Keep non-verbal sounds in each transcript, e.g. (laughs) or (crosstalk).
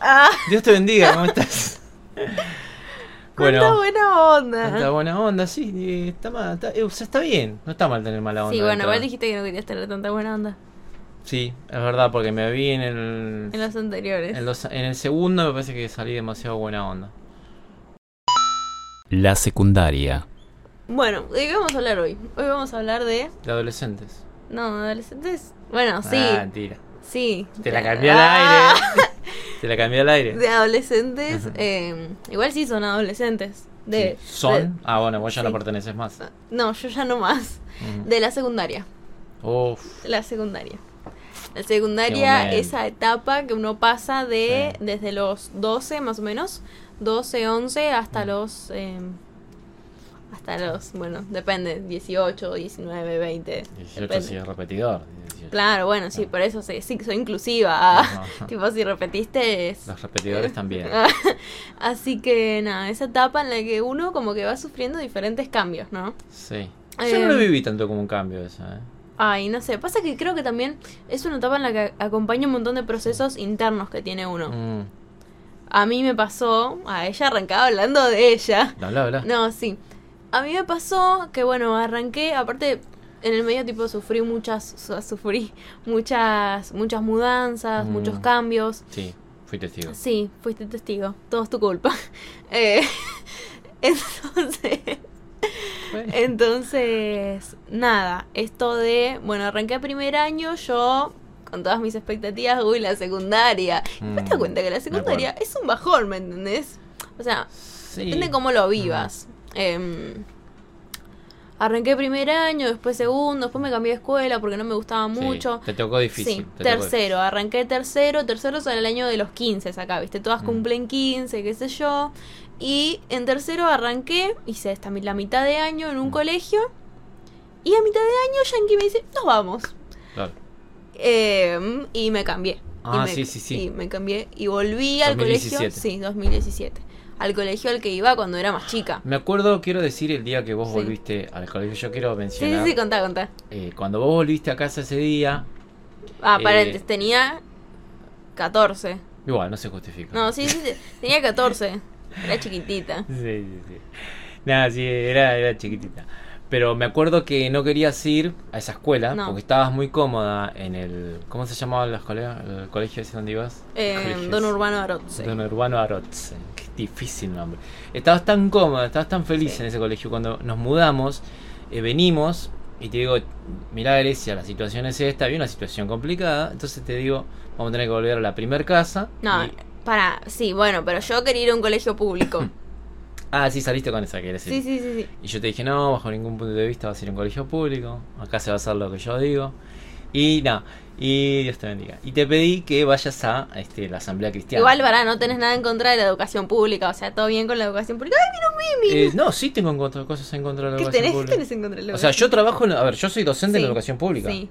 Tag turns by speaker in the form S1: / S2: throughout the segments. S1: Ah.
S2: Dios te bendiga, ¿cómo estás?
S1: (laughs) Cuánta buena onda.
S2: Tanta buena onda, sí. eh, Está, mal, está, eh, o sea, está bien. No está mal tener mala onda.
S1: sí, bueno,
S2: dentro.
S1: igual dijiste que no querías tener tanta buena onda
S2: Sí, es verdad, porque me vi en el.
S1: en los anteriores.
S2: en los- en el segundo me parece que salí demasiado buena onda.
S3: La secundaria.
S1: Bueno, ¿de qué vamos a hablar hoy? Hoy vamos a hablar de.
S2: De adolescentes.
S1: No, adolescentes. Bueno, sí,
S2: Ah, mentira.
S1: sí.
S2: Te la cambié al
S1: Ah, (laughs)
S2: aire. Te la cambié al aire.
S1: De adolescentes,
S2: Ajá.
S1: eh, igual sí son adolescentes. De,
S2: Sí. ¿Son? Ah, bueno, vos ya no
S1: sí. Ah.
S2: perteneces más.
S1: de- no, yo ya no más.
S2: Ujú.
S1: De la secundaria.
S2: Uf,
S1: La secundaria. La
S2: Qué
S1: secundaria,
S2: momento.
S1: esa etapa que uno pasa de
S2: Sí.
S1: desde los 12 más o menos, 12, 11 hasta
S2: Mm.
S1: los... eh, hasta los, bueno, depende, 18, 19, 20.
S2: 18
S1: depende.
S2: sí es repetidor. 18.
S1: Claro, bueno, sí,
S2: Ah.
S1: por eso sí, sí, soy inclusiva. ah,
S2: Ajá.
S1: (laughs) tipo, si repetiste... es-
S2: Los repetidores también.
S1: (laughs) Ah. Así que nada, esa etapa en la que uno como que va sufriendo diferentes cambios, ¿no?
S2: Sí. Yo
S1: Eh,
S2: no lo viví tanto como un cambio eso, ¿eh?
S1: Ay, no sé, pasa que creo que también es una etapa en la que acompaña un montón de procesos internos que tiene uno.
S2: Mm.
S1: A mí me pasó, a ella arrancaba hablando de ella.
S2: Habla, habla.
S1: No, sí. A mí me pasó que bueno, arranqué, aparte en el medio tipo sufrí muchas su- sufrí muchas muchas mudanzas,
S2: Mm.
S1: muchos cambios.
S2: Sí, fui testigo.
S1: Sí, fuiste testigo, todo es tu culpa. (laughs) Eh, entonces
S2: Bueno.
S1: Eh, entonces, nada, esto de, bueno, arranqué a primer año, yo con todas mis expectativas, uy, la secundaria. Y ¿Te das
S2: Mm,
S1: cuenta que la
S2: de
S1: secundaria
S2: acuerdo.
S1: es un bajón, ¿me entendés? O sea,
S2: Sí. Mm.
S1: depende cómo lo vivas. Em, arranqué primer año, después segundo, después me cambié de escuela porque no me gustaba
S2: Sí,
S1: mucho.
S2: Te tocó difícil.
S1: Sí,
S2: te tocó
S1: tercero, arranqué tercero, tercero es el año de los 15 acá, ¿viste? Todas
S2: Mm.
S1: cumplen 15, qué sé yo. Y en tercero arranqué, hice esta, la mitad de año en un
S2: Mm.
S1: colegio. Y a mitad de año Yankee me dice, nos vamos.
S2: difícil, claro.
S1: Eh, y me cambié.
S2: Ah,
S1: y me,
S2: sí, sí, sí.
S1: Y me cambié y volví al
S2: 2017.
S1: colegio. Sí, 2017. Al colegio al que iba cuando era más chica.
S2: Me acuerdo, quiero decir, el día que vos
S1: Sí.
S2: volviste al colegio. Yo quiero
S1: Sí, sí,
S2: mencionar.
S1: sí, contá, contá.
S2: eh, cuando vos volviste a casa ese día.
S1: Ah,
S2: Eh,
S1: paréntesis, tenía 14.
S2: Igual, no se justifica.
S1: No, sí, sí, sí, tenía 14. Era chiquitita.
S2: Sí, sí, sí. Nada, sí, era, era chiquitita. Pero me acuerdo que no querías ir a esa escuela
S1: No.
S2: porque estabas muy cómoda en el. ¿Cómo se llamaba los colegas? el colegio ese donde ibas?
S1: Eh,
S2: Colegios.
S1: Don Urbano Arotze.
S2: Don Urbano Arotze. Qué difícil nombre. Estabas tan cómoda, estabas tan feliz
S1: Sí.
S2: en ese colegio. Cuando nos mudamos, eh, venimos y te digo, mirá Grecia, la situación es esta, había una situación complicada. Entonces te digo, vamos a tener que volver a la primer casa.
S1: No,
S2: Y-
S1: para, sí, bueno, pero yo quería ir a un colegio público.
S2: Ah, (laughs) sí, saliste con esa, querés decir.
S1: Sí, sí, sí, sí.
S2: Y yo te dije, no, bajo ningún punto de vista vas a ir a un colegio público, acá se va a hacer lo que yo digo. Y nada, y Dios te bendiga. Y te pedí que vayas a este, la Asamblea Cristiana.
S1: Igual, para, no tenés nada en contra de la educación pública, o sea, todo bien con la educación pública. ¡Ay, mira un mimi!
S2: Eh, no, sí tengo en contra- cosas en contra de la
S1: ¿Qué
S2: educación
S1: tenés, ¿Qué
S2: pública.
S1: tenés en contra de la
S2: O sea, yo
S1: educación
S2: trabajo, en, a ver, yo soy docente en
S1: Sí,
S2: la educación pública.
S1: Sí.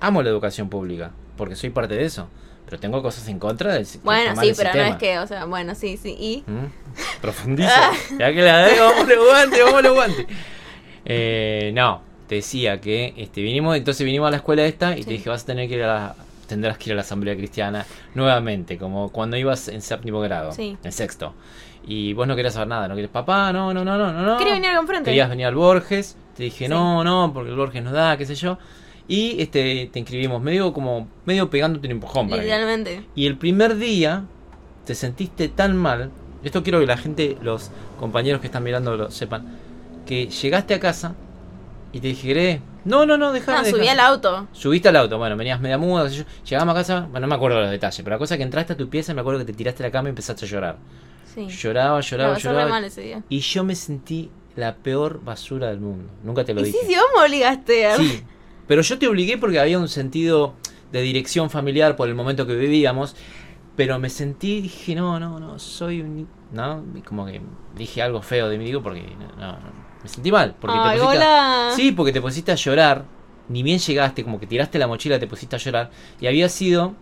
S2: Amo la educación pública, porque soy parte de eso. Pero tengo cosas en contra del si- que está
S1: Bueno,
S2: mal
S1: sí,
S2: el
S1: pero no
S2: sistema.
S1: es que, o sea, bueno, sí, sí. Y
S2: ¿Mm? (laughs) Profundiza. ya que la de, vamos los guantes, vamos los guantes. Eh, no, te decía que este, vinimos, entonces vinimos a la escuela esta y te
S1: Sí.
S2: dije, vas a tener que ir a la, tendrás que ir a la asamblea cristiana nuevamente, como cuando ibas en séptimo grado,
S1: Sí.
S2: en sexto. Y vos no querías saber nada, no querías, papá, no, no, no, no, no, no.
S1: quería venir al confronte.
S2: Querías venir al Borges, te dije,
S1: Sí.
S2: no, no, porque el Borges no da, qué sé yo. Y este, te inscribimos medio como, medio pegándote un empujón para que-
S1: Literalmente.
S2: y el primer día te sentiste tan mal. Esto quiero que la gente, los compañeros que están mirando lo sepan. Que llegaste a casa y te dije, "Gré, no, no, no,
S1: No,
S2: dejame.
S1: subí
S2: dejame".
S1: al auto.
S2: Subiste al auto, bueno, venías media muda, qué sé yo. llegamos a casa, bueno, no me acuerdo los detalles, pero la cosa es que entraste a tu pieza, me acuerdo que te tiraste a la cama y empezaste a llorar.
S1: Sí.
S2: Lloraba,
S1: La
S2: lloraba,
S1: pasé re
S2: lloraba.
S1: mal ese día.
S2: Y yo me sentí la peor basura del mundo. Nunca te lo
S1: Y sí,
S2: dije.
S1: sí, vos me obligaste a...
S2: Sí, pero yo te obligué porque había un sentido de dirección familiar por el momento que vivíamos, pero me sentí, dije, no, no, no, soy un... No, Y como que dije algo feo de mí, digo, porque no, no, no, me sentí mal. Porque
S1: Ay,
S2: te pusiste a-
S1: hola.
S2: Sí, porque te pusiste a llorar, ni bien llegaste, como que tiraste la mochila, te pusiste a llorar, y había sido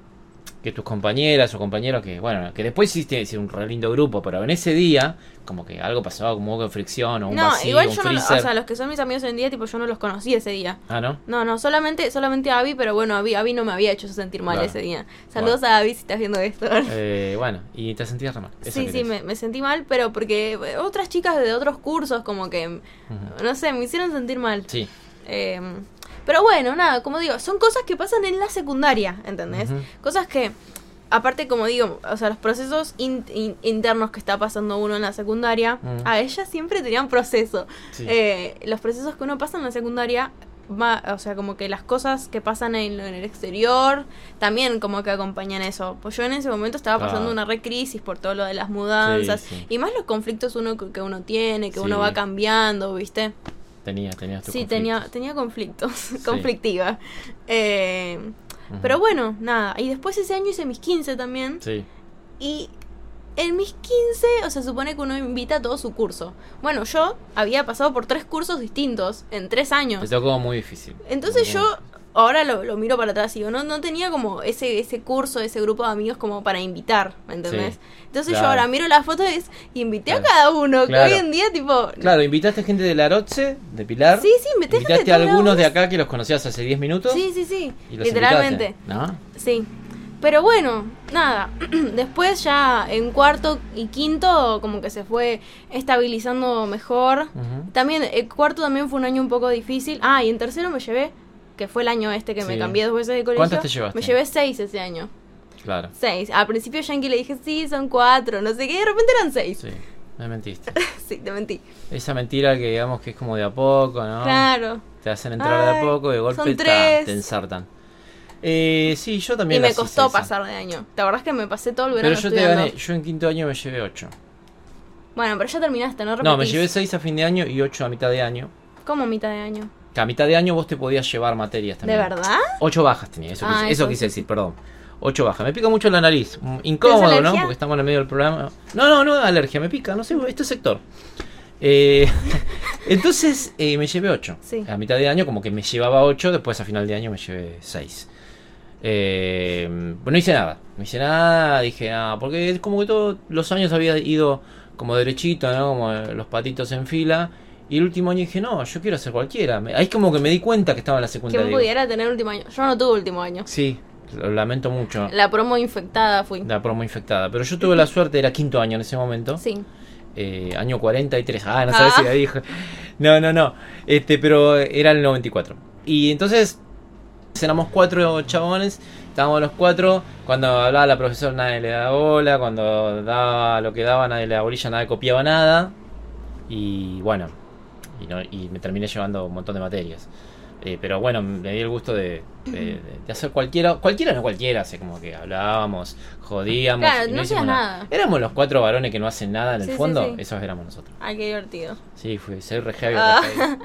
S2: que tus compañeras o compañeros que, bueno, que después hiciste hiciste un re lindo grupo, pero en ese día, como que algo pasaba, como que fricción o un
S1: no,
S2: vacío,
S1: igual
S2: un
S1: yo no, lo-
S2: freezer.
S1: o sea, los que son mis amigos hoy en día, tipo, yo no los conocí ese día.
S2: Ah, ¿no?
S1: No, no, solamente, solamente a Abby, pero bueno, Abby, Abby no me había hecho sentir mal
S2: Claro.
S1: ese día. Saludos a Abby si estás viendo esto. (laughs)
S2: Eh, bueno, y te sentías re mal. Eso
S1: Sí, sí,
S2: querés.
S1: me, me sentí mal, pero porque otras chicas de otros cursos como que,
S2: Ujú.
S1: no sé, me hicieron sentir mal.
S2: Sí.
S1: Eh, pero bueno, nada, como digo, son cosas que pasan en la secundaria, ¿entendés?
S2: Ujú.
S1: Cosas que, aparte, como digo, o sea, los procesos in- in- internos que está pasando uno en la secundaria,
S2: Mm.
S1: a ella siempre tenían proceso.
S2: Sí.
S1: Eh, los procesos que uno pasa en la secundaria, va- o sea, como que las cosas que pasan en, en el exterior, también como que acompañan eso. Pues yo en ese momento estaba pasando
S2: Claro.
S1: una recrisis por todo lo de las mudanzas
S2: Sí, sí.
S1: y más los conflictos uno que que uno tiene, que uno
S2: Sí.
S1: va cambiando, ¿viste?
S2: Tenías, tenías tus
S1: Sí, tenía, tenía conflictos, (laughs) conflictiva. Eh,
S2: conflictos. Ujú.
S1: Pero bueno, nada. Y después ese año hice mis 15 también.
S2: Sí.
S1: Y en mis 15, o sea, supone que uno invita a todo su curso. Bueno, yo había pasado por tres cursos distintos en tres
S2: Te
S1: años.
S2: tocó muy difícil.
S1: Entonces
S2: Muy
S1: yo ahora lo, lo miro para atrás y digo, no, no tenía como ese, ese curso, ese grupo de amigos como para invitar, ¿me entendés?
S2: Sí,
S1: Entonces yo
S2: claro.
S1: ahora miro las fotos y es, invité
S2: Claro.
S1: a cada uno,
S2: Claro.
S1: que hoy en día tipo...
S2: Claro, invitaste gente de Larotse, de Pilar.
S1: Sí, sí, invité gente de
S2: Invitaste a
S1: todos
S2: algunos
S1: lados.
S2: de acá que los conocías hace 10 minutos.
S1: Sí, sí, sí,
S2: y los
S1: literalmente.
S2: invitaste, ¿No?
S1: Sí. Pero bueno, nada. (clears throat) Después ya en cuarto y quinto como que se fue estabilizando mejor.
S2: Ujú.
S1: También el cuarto también fue un año un poco difícil. Ah, y en tercero me llevé, que fue el año este que me
S2: Sí.
S1: cambié dos veces de colegio.
S2: ¿Cuántas te llevaste?
S1: Me llevé seis ese año.
S2: Claro.
S1: Seis. Al principio Yankee le dije, sí, son cuatro, no sé qué, y de repente eran seis. Sí,
S2: Sí, me mentiste.
S1: (laughs) te mentí.
S2: Esa mentira que digamos que es como de a poco, ¿no?
S1: Claro.
S2: Te hacen entrar de a
S1: Ay,
S2: poco y de golpe
S1: son
S2: ta,
S1: tres.
S2: te ensartan. Eh, sí, yo también
S1: Y me
S2: las hice
S1: costó
S2: esas.
S1: pasar de año. La verdad es que me pasé todo el verano
S2: Pero yo te
S1: estudiando.
S2: gané, yo en quinto año me llevé 8.
S1: Bueno, pero ya terminaste, ¿no?
S2: No, me
S1: repetís.
S2: llevé 6 a fin de año y 8 a mitad de año.
S1: ¿Cómo mitad de año?
S2: Que a mitad de año vos te podías llevar materias también.
S1: ¿De verdad?
S2: 8 bajas tenía, eso,
S1: Ah,
S2: quise, eso
S1: eso.
S2: quise decir, perdón. 8 bajas. Me pica mucho la nariz. Mm, Incómodo, ¿no?
S1: alergia?
S2: Porque estamos en el medio del programa. No, no, no, alergia, me pica, no sé, este sector. Eh, (laughs) entonces eh, me llevé 8.
S1: Sí.
S2: A mitad de año, como que me llevaba 8, después a final de año me llevé 6. Eh, bueno, no hice nada. No hice nada, dije nada, porque es como que todos los años había ido como derechito, ¿no? Como eh, los patitos en fila. Y el último año dije, no, yo quiero hacer cualquiera. Me- Ahí es como que me di cuenta que estaba en la secundaria.
S1: ¿Quién pudiera tener último año? Yo no tuve último año.
S2: Sí, lo lamento mucho.
S1: La promo infectada fui.
S2: La promo infectada. Pero yo tuve la suerte, era quinto año en ese momento.
S1: Sí.
S2: eh, año 43. Ah, no sabes
S1: Ah.
S2: si la dije. No, no, no. Este, pero era el 94. Y entonces éramos cuatro chabones, estábamos los cuatro. Cuando hablaba la profesora nadie le daba bola, cuando daba lo que daba nadie le daba bolilla, nadie copiaba nada. Y bueno, y, no- y me terminé llevando un montón de materias. Eh, pero bueno, me di el gusto de, de- de hacer cualquiera, cualquiera no cualquiera, así como que hablábamos, jodíamos.
S1: Claro,
S2: y
S1: no
S2: hicimos
S1: hacías
S2: nada.
S1: nada.
S2: Éramos los cuatro varones que no hacen nada en el
S1: Sí, sí,
S2: fondo,
S1: sí.
S2: esos éramos nosotros.
S1: Ah, qué divertido.
S2: Sí, fui, soy re heavy, re
S1: Ah.
S2: heavy.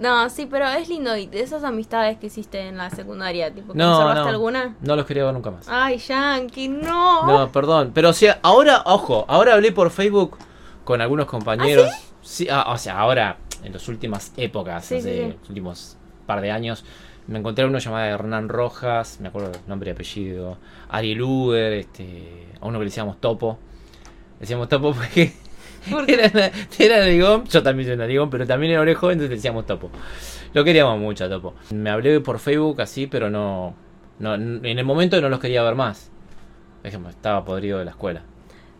S1: No, sí, pero es lindo. ¿Y de esas amistades que hiciste en la secundaria? Tipo,
S2: No,
S1: ¿Conservaste
S2: no.
S1: alguna? Ah.
S2: No los quería ver nunca más.
S1: Ay, Yankee, no.
S2: No, perdón. Pero o sea, ahora, ojo, ahora hablé por Facebook con algunos compañeros. sí? ah, o sea, ahora, en las últimas épocas,
S1: Sí,
S2: hace
S1: sí, sí.
S2: los últimos par de años, me encontré a uno llamado Hernán Rojas, me acuerdo el nombre y apellido, Ariel Uber, este, a uno que le decíamos Topo. Le decíamos Topo porque
S1: ¿Por qué?
S2: era, era narigón, yo también soy narigón, pero también era orejo, entonces le decíamos Topo. Lo queríamos mucho, a Topo. Me hablé por Facebook así, pero no, no. En el momento no los quería ver más. Es que me estaba podrido de la escuela.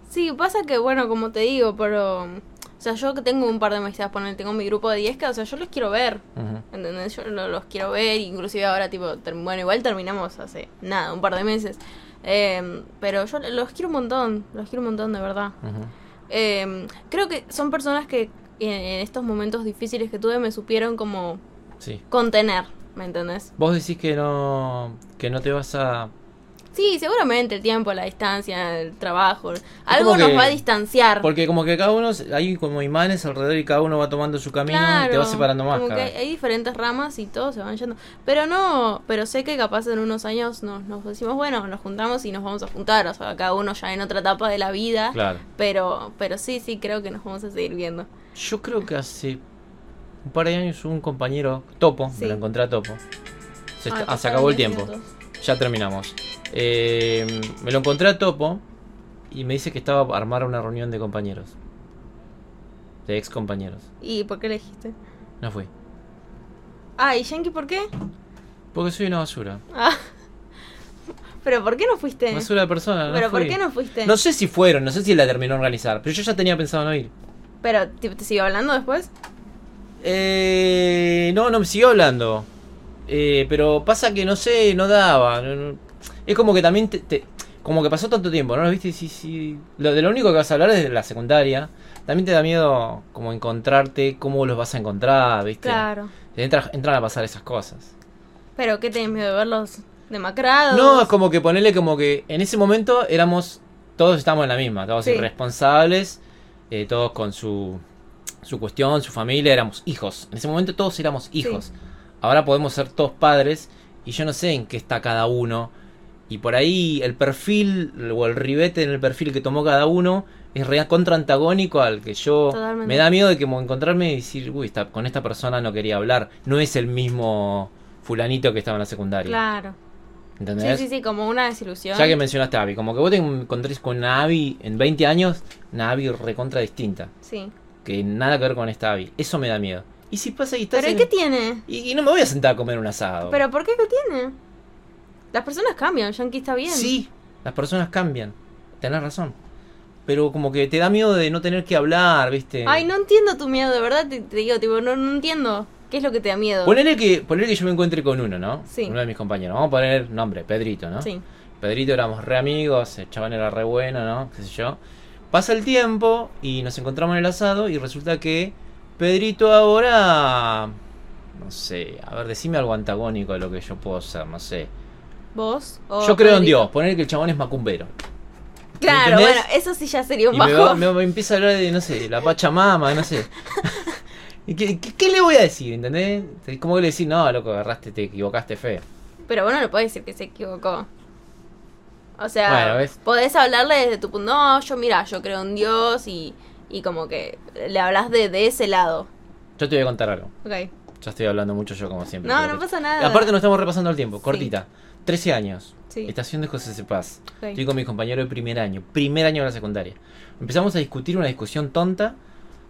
S1: Sí, pasa que, bueno, como te digo, pero... um, O sea, yo que tengo un par de amistades, poner, tengo mi grupo de 10 que, o sea, yo los quiero ver.
S2: Ujú.
S1: ¿Entendés? Yo lo- los quiero ver, inclusive ahora, tipo, term- bueno, igual terminamos hace nada, un par de meses. Eh, pero yo los quiero un montón, los quiero un montón, de verdad.
S2: Ujú.
S1: Eh, creo que son personas que en, en estos momentos difíciles que tuve me supieron como
S2: Sí.
S1: contener, ¿me entendés?
S2: Vos decís que no. que no te vas a.
S1: Sí, seguramente el tiempo, la distancia, el trabajo, algo nos
S2: que-
S1: va a distanciar.
S2: Porque como que cada uno. hay como imanes alrededor y cada uno va tomando su camino y te va separando más,
S1: como que
S2: cada
S1: hay,
S2: vez.
S1: hay diferentes ramas y todos se van yendo. Pero no, pero sé que capaz en unos años nos, nos decimos, bueno, nos juntamos y nos vamos a juntar, o sea, cada uno ya en otra etapa de la vida.
S2: Claro.
S1: Pero, pero sí, sí, creo que nos vamos a seguir viendo.
S2: Yo creo que hace un par de años un compañero, Topo,
S1: Sí.
S2: me lo encontré a Topo. Se,
S1: Ay,
S2: está- ah, se
S1: pasaron
S2: acabó el
S1: diez
S2: tiempo.
S1: minutos.
S2: Ya terminamos. Eh, me lo encontré a Topo y me dice que estaba a armar una reunión de compañeros. De ex compañeros.
S1: ¿Y por qué le dijiste?
S2: No fui.
S1: Ah, ¿y Yankee por qué?
S2: Porque soy una basura.
S1: Ah. ¿Pero por qué no fuiste?
S2: Basura de persona. No
S1: ¿Pero por
S2: fui.
S1: qué no fuiste?
S2: No sé si fueron, no sé si la terminó de organizar, pero yo ya tenía pensado no ir.
S1: ¿Pero te, te siguió hablando después?
S2: Eh, no, no me siguió hablando. Eh, pero pasa que no sé, no daba. no- no- Es como que también te, te- Como que pasó tanto tiempo, ¿no? ¿Viste? Sí, sí. Lo, de lo único que vas a hablar es de la secundaria. También te da miedo como encontrarte, cómo los vas a encontrar, ¿viste?
S1: Claro.
S2: Te entra- entran a pasar esas cosas.
S1: ¿Pero qué tenés miedo de verlos demacrados?
S2: No, es como que ponerle como que en ese momento éramos, todos estábamos en la misma, todos
S1: Sí.
S2: irresponsables, eh, todos con su, su cuestión, su familia, éramos hijos. En ese momento todos éramos hijos. Ahora podemos ser todos padres y yo no sé en qué está cada uno. Y por ahí el perfil o el ribete en el perfil que tomó cada uno es real contra antagónico al que yo
S1: Totalmente.
S2: me da miedo de que mo- encontrarme y decir, uy, esta- con esta persona no quería hablar. No es el mismo fulanito que estaba en la secundaria.
S1: Claro. Sí,
S2: ¿Entendés?
S1: sí, sí, como una desilusión.
S2: Ya que mencionaste a Abby, como que vos te encontrés con una Abby en 20 años, una Abby recontra distinta,
S1: Sí.
S2: que nada que ver con esta Abby. Eso me da miedo. Y si pasa y estás
S1: ¿Pero ¿y
S2: en-
S1: qué tiene?
S2: y, y no me voy a sentar a comer un asado.
S1: ¿Pero por qué qué tiene? Las personas cambian, Yankee está bien.
S2: Sí, las personas cambian. Tenés razón. Pero como que te da miedo de no tener que hablar, ¿viste?
S1: Ay, no entiendo tu miedo, de verdad te, te digo, tipo, no, no entiendo. ¿Qué es lo que te da miedo?
S2: Ponele que, ponele que yo me encuentre con uno, ¿no?
S1: Sí.
S2: Uno de mis compañeros. Vamos a poner nombre, Pedrito, ¿no?
S1: Sí.
S2: Pedrito éramos re amigos, el chaval era re bueno, ¿no? ¿Qué sé yo? Pasa el tiempo y nos encontramos en el asado y resulta que Pedrito ahora... No sé, a ver, decime algo antagónico de lo que yo puedo ser, no sé.
S1: ¿Vos? o
S2: yo creo en
S1: Oh, Pedrito?
S2: Dios, poner que el chabón es macumbero.
S1: Claro,
S2: ¿Entendés?
S1: bueno, eso sí ya sería (laughs)
S2: Y
S1: un
S2: me, va-
S1: bajo.
S2: me- me empieza a hablar de, no sé, la Pachamama, no sé. ¿Y ¿Qué, qué, qué le voy a decir, entendés? ¿Cómo que le decís, no, loco, agarraste, te equivocaste feo?
S1: Pero bueno, no puedes decir que se equivocó. O sea,
S2: Bueno, ¿ves?
S1: podés hablarle desde tu punto. No, yo, mira, yo creo en Dios y, y como que le hablas de, de ese lado.
S2: Yo te voy a contar algo.
S1: Ok.
S2: Ya estoy hablando mucho yo, como siempre.
S1: No,
S2: pero-
S1: no pasa nada.
S2: Aparte, nos estamos repasando el tiempo,
S1: Sí.
S2: cortita. 13 años.
S1: Sí.
S2: Estación de José Cepaz.
S1: Ok.
S2: Estoy con mis compañeros de primer año. Primer año de la secundaria. Empezamos a discutir una discusión tonta.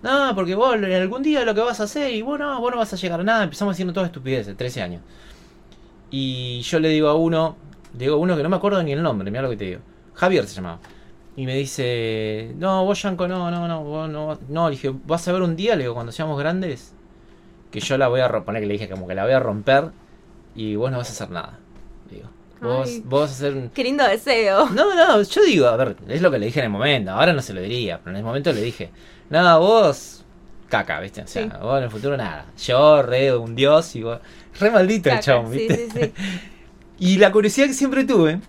S2: No, porque vos en algún día lo que vas a hacer y vos no, vos no vas a llegar a nada. Empezamos haciendo todas estupideces, 13 años. Y yo le digo a uno, le digo a uno que no me acuerdo ni el nombre, mira lo que te digo. Javier se llamaba. Y me dice, no, vos Yanko, no, no, no, vos no, no. Le dije, vas a ver un día, le digo, cuando seamos grandes, que yo la voy a romper, que le dije como que la voy a romper y vos no vas a hacer nada. Le digo, vos,
S1: Ay.
S2: vos vas a hacer un...
S1: Qué lindo deseo.
S2: No, no, yo digo, a ver, es lo que le dije en el momento, ahora no se lo diría, pero en el momento le dije, nada, vos, caca, ¿viste? O sea,
S1: Sí.
S2: vos en el futuro nada. Yo, re, un dios, y vos, re maldito el
S1: Caca,
S2: chabón,
S1: sí,
S2: ¿viste?
S1: sí, sí.
S2: Y la curiosidad que siempre tuve,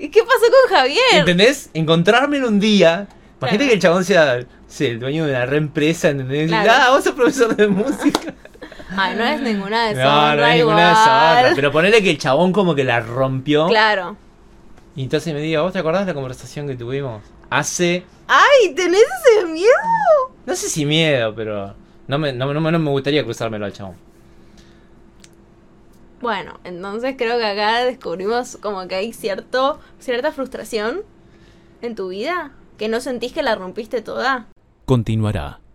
S1: ¿Y qué pasó con Javier?
S2: ¿entendés? Encontrarme en un día, imagínate
S1: Claro.
S2: que el chabón sea, sea el dueño de una re empresa, ¿entendés?
S1: Claro.
S2: Ah, vos sos profesor de música.
S1: Ay, no es ninguna de
S2: no, no hay ninguna de esas barras, pero ponele que el chabón como que la rompió.
S1: Claro.
S2: Y entonces me diga, ¿vos te acordás la conversación que tuvimos? Hace...
S1: Ay, ¿tenés ese miedo?
S2: No sé si miedo, pero no me, no, no- no me gustaría cruzármelo al chabón.
S1: Bueno, entonces creo que acá descubrimos como que hay cierto, cierta frustración en tu vida que no sentís que la rompiste toda.
S3: Continuará.